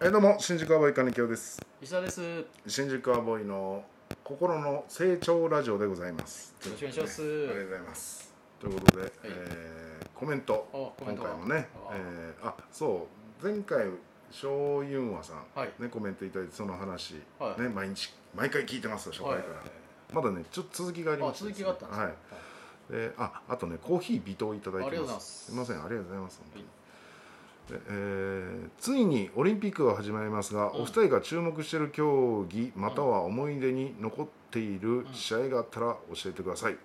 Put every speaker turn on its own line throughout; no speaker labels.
えどうも新宿アボイ金城です
石田です。よ
新宿アボイの心の成長ラジオでございます
ろしくお願いします。
ありがとうございますということで、えーコメント
おコメント
今回もね
あ
あ,、えーあそう前回小ユンワさん、
はい
ね、コメントいただいてその話、
はい
ね、毎日毎回聞いてます初回から、まだねちょっと続きがありま
あ
す
続きがあったんですね。
はいでああとねコーヒー微糖いただいてます
ありがとうございます
いませんありがとうございます本当に、でえーついにオリンピックが始まりますが、
うん
お二人が注目している競技または思い出に残っている試合があったら教えてくださ い、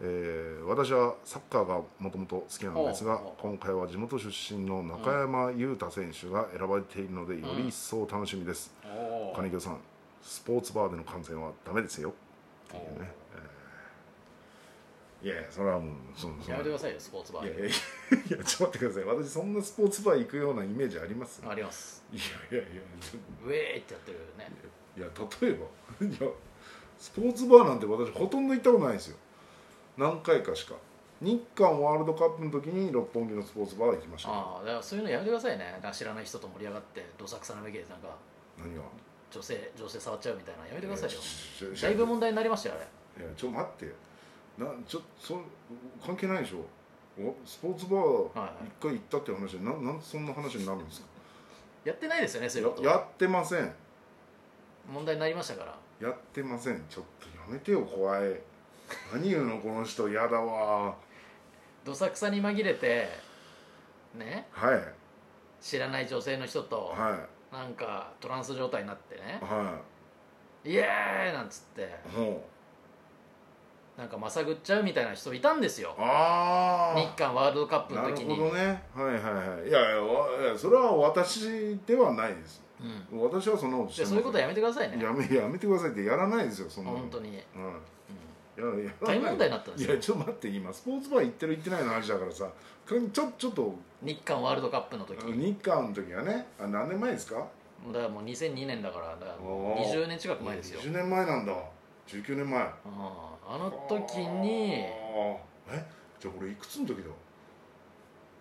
えー私はサッカーがもともと好きなんですが
ほうほう
今回は地元出身の中山雄太選手が選ばれているのでより一層楽しみです、
おー
金城さんスポーツバーでの観戦はダメですよ
おー
いやいやそれはもうそのそ
や
の
めてくださいよスポーツバ
いやい
ー。
やいやいやちょっと待ってください私そんなスポーツバー行くようなイメージありますいや
あります。
いやいや
ウェーってやってるね。
いや例えばい やスポーツバーなんて私ほとんど行ったことないんですよ何回かしか日韓ワールドカップの時に六本木のスポーツバー行きました
ああだからそういうのやめてくださいね。だから知らない人と盛り上がってどさくさなべきでなんか
何が
女性女性触っちゃうみたいなのやめてくださいよ。
い
だいぶ
も
問題になりましたよあれ。
いやちょっと待ってなちょそ関係ないでしょおスポーツバー
はい
一回行ったっていう話でなんなんでそんな話になるんですか
やってないですよねそういうこと。
ややってません
問題になりましたから。
やってませんちょっとやめてよ怖い何言うのこの人やだわ
どさくさに紛れてね
はい
知らない女性の人と
は
なんかトランス状態になってね
いは
イエーイなんつって
いほ
なんかまさぐっちゃうみたいな人いたんですよ
うあ
日
あ
韓ワールドカップ
な
の
る
時
ほ
に、
どねはいはいはいいやいやわいやそれは私ではないです
うん
私はそんなことして
で
ま
そういうこと
や
やめてくださいね
やめやめてくださいってやらないですよそんなの
本当に、うん、
はいいやいや
大問題になったんですよ
いやちょっと待って今スポーツバー行ってる行ってないの話だからさかんちょちょっと
日韓ワールドカップの時
あ
だ
の
か
日韓の時はねあ何年前ですから
もう2002年だからだからもう
おー
20年近く前ですよ、
10年前なんだ19年前
うん、あの時に
あーえじゃあ俺いくつの時だ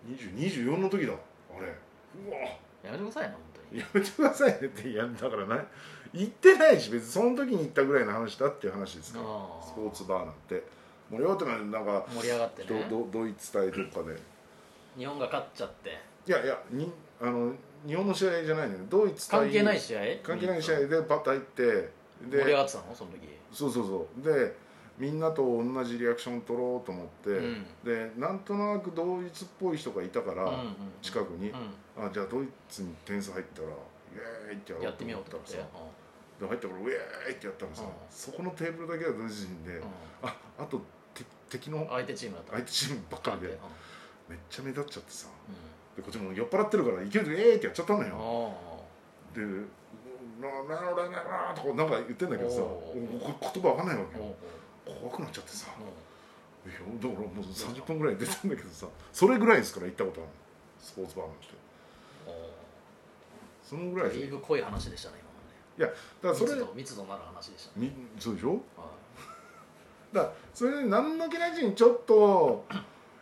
20 24の時だあれうわ
やめてくださいね本当に
やめてくださいねっていやだからね行ってないし別にその時に行ったぐらいの話だっていう話ですから
あー
スポーツバーなんて盛り上がってないなんか
盛り上がってね
どどドイツ対どっかで
日本が勝っちゃって
いやいやにあの日本の試合じゃないのよドイツ対
関係ない試合
関係ない試合
日
でバッと入って
韓盛り上
で
がってたのその時
そうそうそうでみんなと同じリアクション取ろうと思って、
うん
でなんとなくドイツっぽい人がいたから、
うんうん
近くに、
う
あじゃあドイツに点数入ったらイエーイってや
ん
ろ
や
う
っ
と
てみ
思
よ
っ
う
た
と
ら
思って
さで入ったからウエーイってやったらさ、
うん
そこのテーブルだけはドイツ人で、
うん
ああとて敵の
相手チームだった
相手チームばっかり
うん
でめっちゃ目立っちゃってさでこっちも酔っ払ってるから勢いで「えー!」ってやっちゃったの
うん
よ
お
で「なななななな」とかなんか言ってんだけどさ
おー
おこ言葉わかんないわ
ー
けよ
お
怖くなっちゃってさ
ーおー
いやだからもう30分ぐらい出たんだけどさそれぐらいですから行ったことあるのスポーツバーなんて
お
そのぐらい
ーだ
で
いぶ濃い話でしたね
だから
今
そ
の
れ
ね密度密度なる話でしたね
みそうでしょ
は
だからそれで何の気なしにちょっと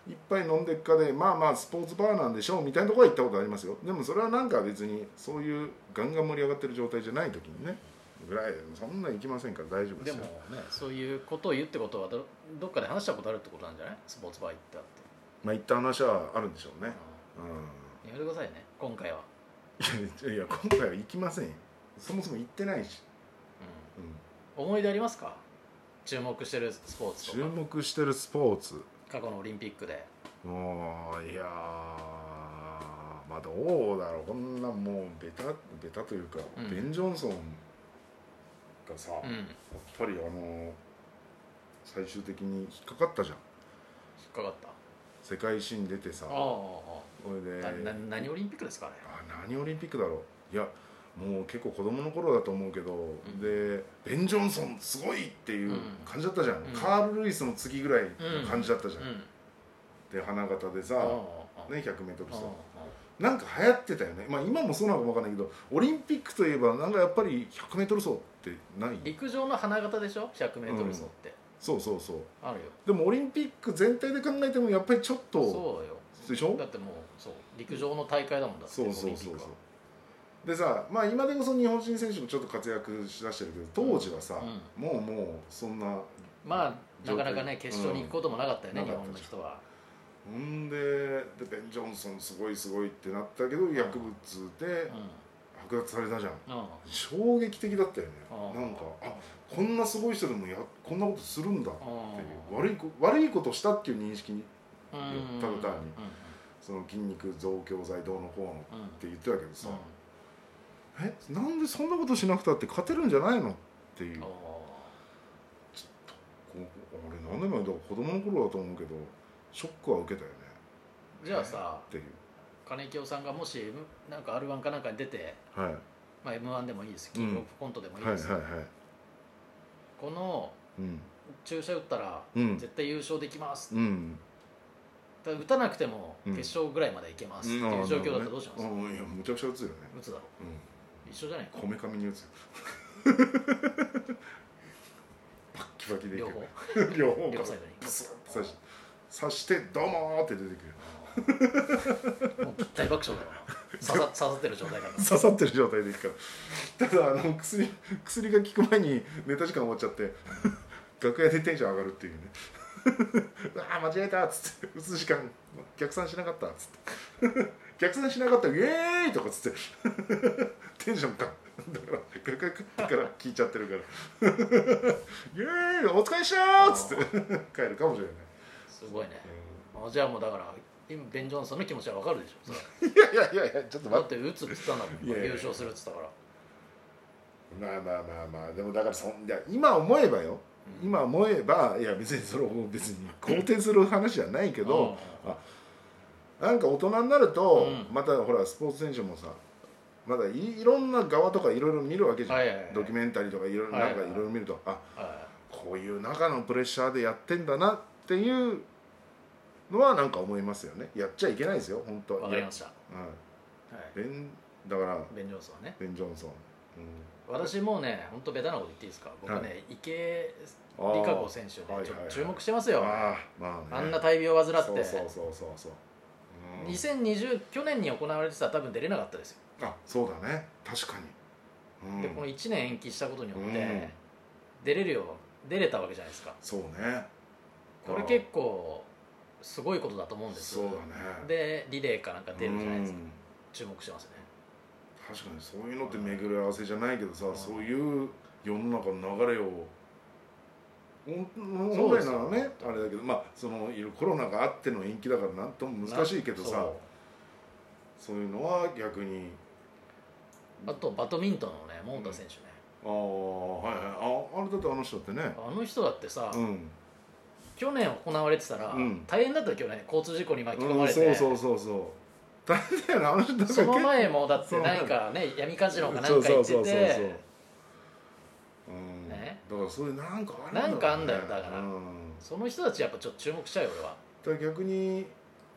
一杯飲んでっかでまあまあスポーツバーなんでしょうみたいなところは行ったことありますよでもそれはなんか別にそういうガンガン盛り上がってる状態じゃない時にねぐらいそんな行きませんから大丈夫
い
で
ですも
よ
ねそういうことを言うってことはどどっかで話したことあるってことなんじゃないスポーツバー行ったって
まあ行った話はあるんでしょうね
うんやめてくださいね今回は
うんいやいや今回は行きませんよそもそも行ってないし、うん
うん思い出ありますか注目してるスポーツと
注目してるスポーツ
か過去のオリンピックで
もういやーまあどうだろうこんなもうベタベタというか、
うん
ベン・ジョンソンがさ、
うん
やっ
引
ぱりあの最終的に引っかかったじゃん
っかかった
世界新出てさ
ああ
それで
ああな何オリンピックですかね
あ何オリンピックだろういやもう結構子供の頃だと思うけど、
ん
でベン・ジョンソンすごいっていう感じだったじゃん、
ん
カール・ルイスの次ぐらいの感じだったじゃん、
うん
で花形でさ、
あああ
ね 100m
あ
さなんか流行ってたよね、まあ、今もそうなのかもわかんないけどオリンピックといえばなんかやっぱり 100m 走ってない
陸上の花形でしょ 100m 走って
そうそうそう
あるよ
でもオリンピック全体で考えてもやっぱりちょっと
そうよ
でしょ
だってもうそう陸上の大会だもんだって
そうそう
オリンピ
そ
ッ
う
クは
でさまあ今でこそ日本人選手もちょっと活躍しだしてるけど当時はさ、
う
もうもうそんな
まあ
状
な
況
かなかね決勝に行くこともなかったよね、
うん
日本の人は
ほんででベン・ジョンソンすごいすごいってなったけど薬物で剥奪されたじゃん
うん、うん
衝撃的だったよね
あー
なんかあこんなすごい人でもやこんなことするんだっていう
う
悪いこ悪いことしたっていう認識に
ん
ただ単に
うん
その筋肉増強剤どうのこうの
うん
って言ってたけどさ、
うん
えなんでそんなことしなくたって勝てるんじゃないのっていう
おー
こう俺何年前だから子供の頃だと思うけどショックは受けたよね
じゃあさ
っていう
金清さんがもしなんか r 1かなんかに出て、
はい
まあ、m 1でもいいですキングオブコントでもいい
はいは
で
い
す、
はい
この
うん
注射打ったら
うん
絶対優勝できます、
うん
ただ打たなくても
うん
決勝ぐらいまでいけます、
うん
ってい
あ
う
ー
状況だったらどうします、
なるほどねうんいやむちゃくちゃ打つよね
打つだろ
う
一緒じゃない
んこめかみに 打つよパッキパキでいく
両
よ
方
両方
両サイドに
ブスッと刺し刺して「どうも!」って出てくる
もう 大爆笑だろ刺さ刺さってる状態だから
刺さってる状態でいくからただあの薬薬が効く前にネタ時間終わっちゃって楽屋でテンション上がるっていうねうわあ間違えたっつって打つ時間逆算しなかったっつって逆算しなかったイエーイとかっつってテンションかだから楽屋帰ってから聞いちゃってるからイエーイお疲れっしたーっつって帰るかもしれない、
すごいねあじゃあもうだから今ベン・ジョンソンの気持ちはわかるでしょそ れ
うんいやいやいやいやちょっと
だ
待っ
ってて打つっつったんだもん
いやいや
優勝するっつったから
まあまあまあまあでもだからそんいや今思えばよ今思えばいや別にそれを別に肯定する話じゃないけど、なんか大人になると、
うん
またほらスポーツ選手もさまだいいろんな側とかいろいろ見るわけじゃん、
はいはいはい
ドキュメンタリーとかいろいろなんか
は
い
いはい
ろいろ見ると、
うんは
あこういう中のプレッシャーでやってんだなっていうのはなんか思いますよねやっちゃいけないですよ本当
いわかりま
し
したは
た、はいベンだから
いベン・ジョンソンね
ベン・ジョンソン、
私もうね本当ベタなこと言っていいですか僕ね、
は
池江
うん、あー
璃花子選手を
は
ね
い
ちょ
はいはい
注目してますよ、
あーまあ
あ
ね
んな大病を患って
そうそうそうそうそう、うん
2020去年に行われてたら多分出れなかったですよ、
あそうだね確かに、うん、
でこの1年延期したことによっ
う
て、
ん
出れるよ出れたわけじゃないですか
そうね
これ結構すごいことだと思うんです
そうだね
でリレーかなんか出るじゃないですか、
うん
注目してますね
確かにそういうのって巡り合わせじゃないけどさ、
うん
そういう世の中の流れをほん
そ
本
うで
来
す
な
よ
らねあれだけどまあそのいろコロナがあっての延期だからなんとも難しいけど
な
さそういうのは逆に
そうあとバドミントンのね桃田選手ね、
ああはいはいああれだってあの人だってね
あの人だってさ、
うん、
去年行われてたら、
うん
大変だったよ去年交通事故に巻き込
う
ま
ん、
れて、
そうそうそうそう大変だよねあの人だから
その
結構
前もだって
そう
なんかね闇カジノかなんか行ってて
うん
ね
だからそういうなんかある
なんかあんだよだから
うん
その人たちやっぱちょっと注目しちゃうよ俺は
だから逆に、え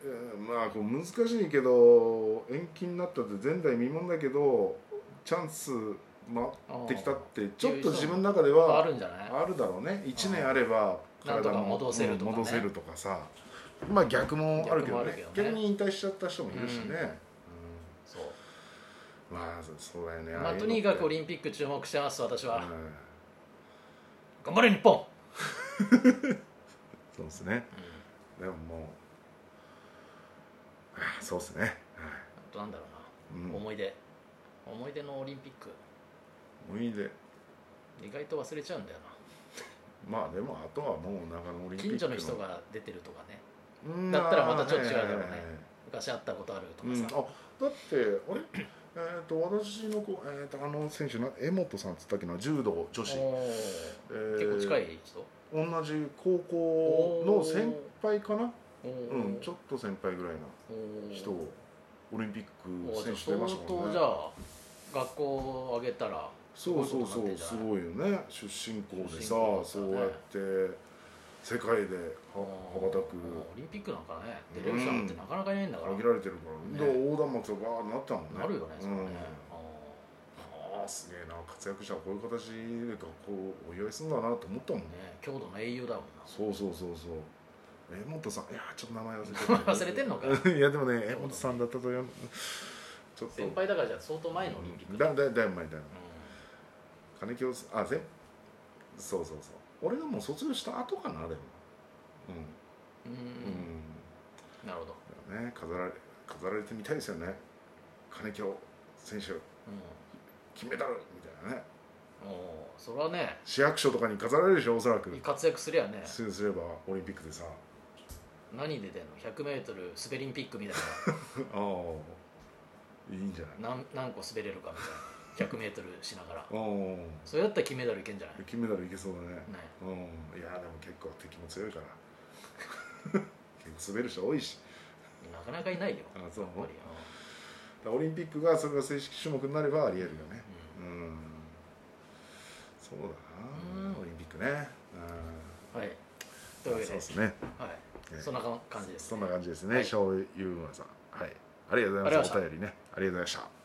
ーまあこう難しいけど延期になったって前代未聞だけどチャンス待ってきたってちょっと自分の中で
あ
は
るんじゃない
あるだろうね1年あれば
なんとか戻せるとかね
うん戻せるとかさまあ逆もあるけどね
逆もあるけどね
逆に引退しちゃった人もいるしね、
そう、
うんまあそそうだよね
まあ、とにかくオ
ン
リンピック注目してます私は、
うん、
頑張れ日本、
そうですねでももうあそうですね、はい
あとなんだろう
う
な、
ん、
思い出思い出のオリンピック
思い出
意外と忘れちゃうんだよ
まあでもあとはもう長野オリンピ
な
ック
近所の人が出てるとかね
うん
だったらまたちょっと違うだろう
は
ね
いはいはい
昔会ったことあると
うん、あ
かさ、
だってあれえー、と私の子、えー、とあの選手な江本さんっつったっけな柔道女子、
おー
えー
結構近い人
同じ高校の先輩かな
おー
うんちょっと先輩ぐらいな
おー
人をオリンピッ
お
ク
ーじ
選
ゃあ
手出ま
相
したもん
当
ね
じゃあ学校を上げたら
そうそうそ
すごい
う
ことになって
ん
じゃ
す
ない
ごいよね出身校で
出身
さ
校だった
そ
ら
う
ね
やって世界では羽ばたく
もうオリンピックなんかね出れる人なんてなかなかいないんだから、
限られてるから、で
ね
横断幕とかなったもんね
なるよねそれね、
うん、ああすげえな活躍したらこういう形で学校をお祝いするんだなと思ったもん
あ
ね
ーね郷土の英雄だもん
そうそうそうそう江本さんいやちょっと名前忘れて
な 忘れてんのか
たいやでもね江本さんだったとよちょっと
先輩だからじゃあ相当前のオリンピック
だ
だ、
だだいぶ前だいぶ
う
前金清さんあぜそうそうそう俺がもう卒業した後かなでもうん、うん
んうんなるほど、
ね飾られ飾られてみたいですよね金京選手金メダルみたいなね
うん、おーそれはね
市役所とかに飾られるでしょおそらく
活躍すりゃね
そうすればオリンピックでさ
何で出んの 100m 滑りンピックみたい
ああいいんじゃない
な何何個滑れるかみたいな 100m しながら
ああ
それだったら金メダルいけんじゃない、
金メダルいけそうだね
ね、
うんいやでも結構敵も強いから結構滑る人多いし
なかなかいないよ
あそう
やっぱり
だからオリンピックがそれが正式種目になればありえるよねうんそうだな
うん
オリンピックね
うんはいと
う
い
ん
うわけ
そう
で
ですね
はい
えー
そんなか感じです、
そんな感じですね。
はい
しょうゆうまさん。はい。ありがとうございます。
ありがとうございました
お便りね。ありがとうございました。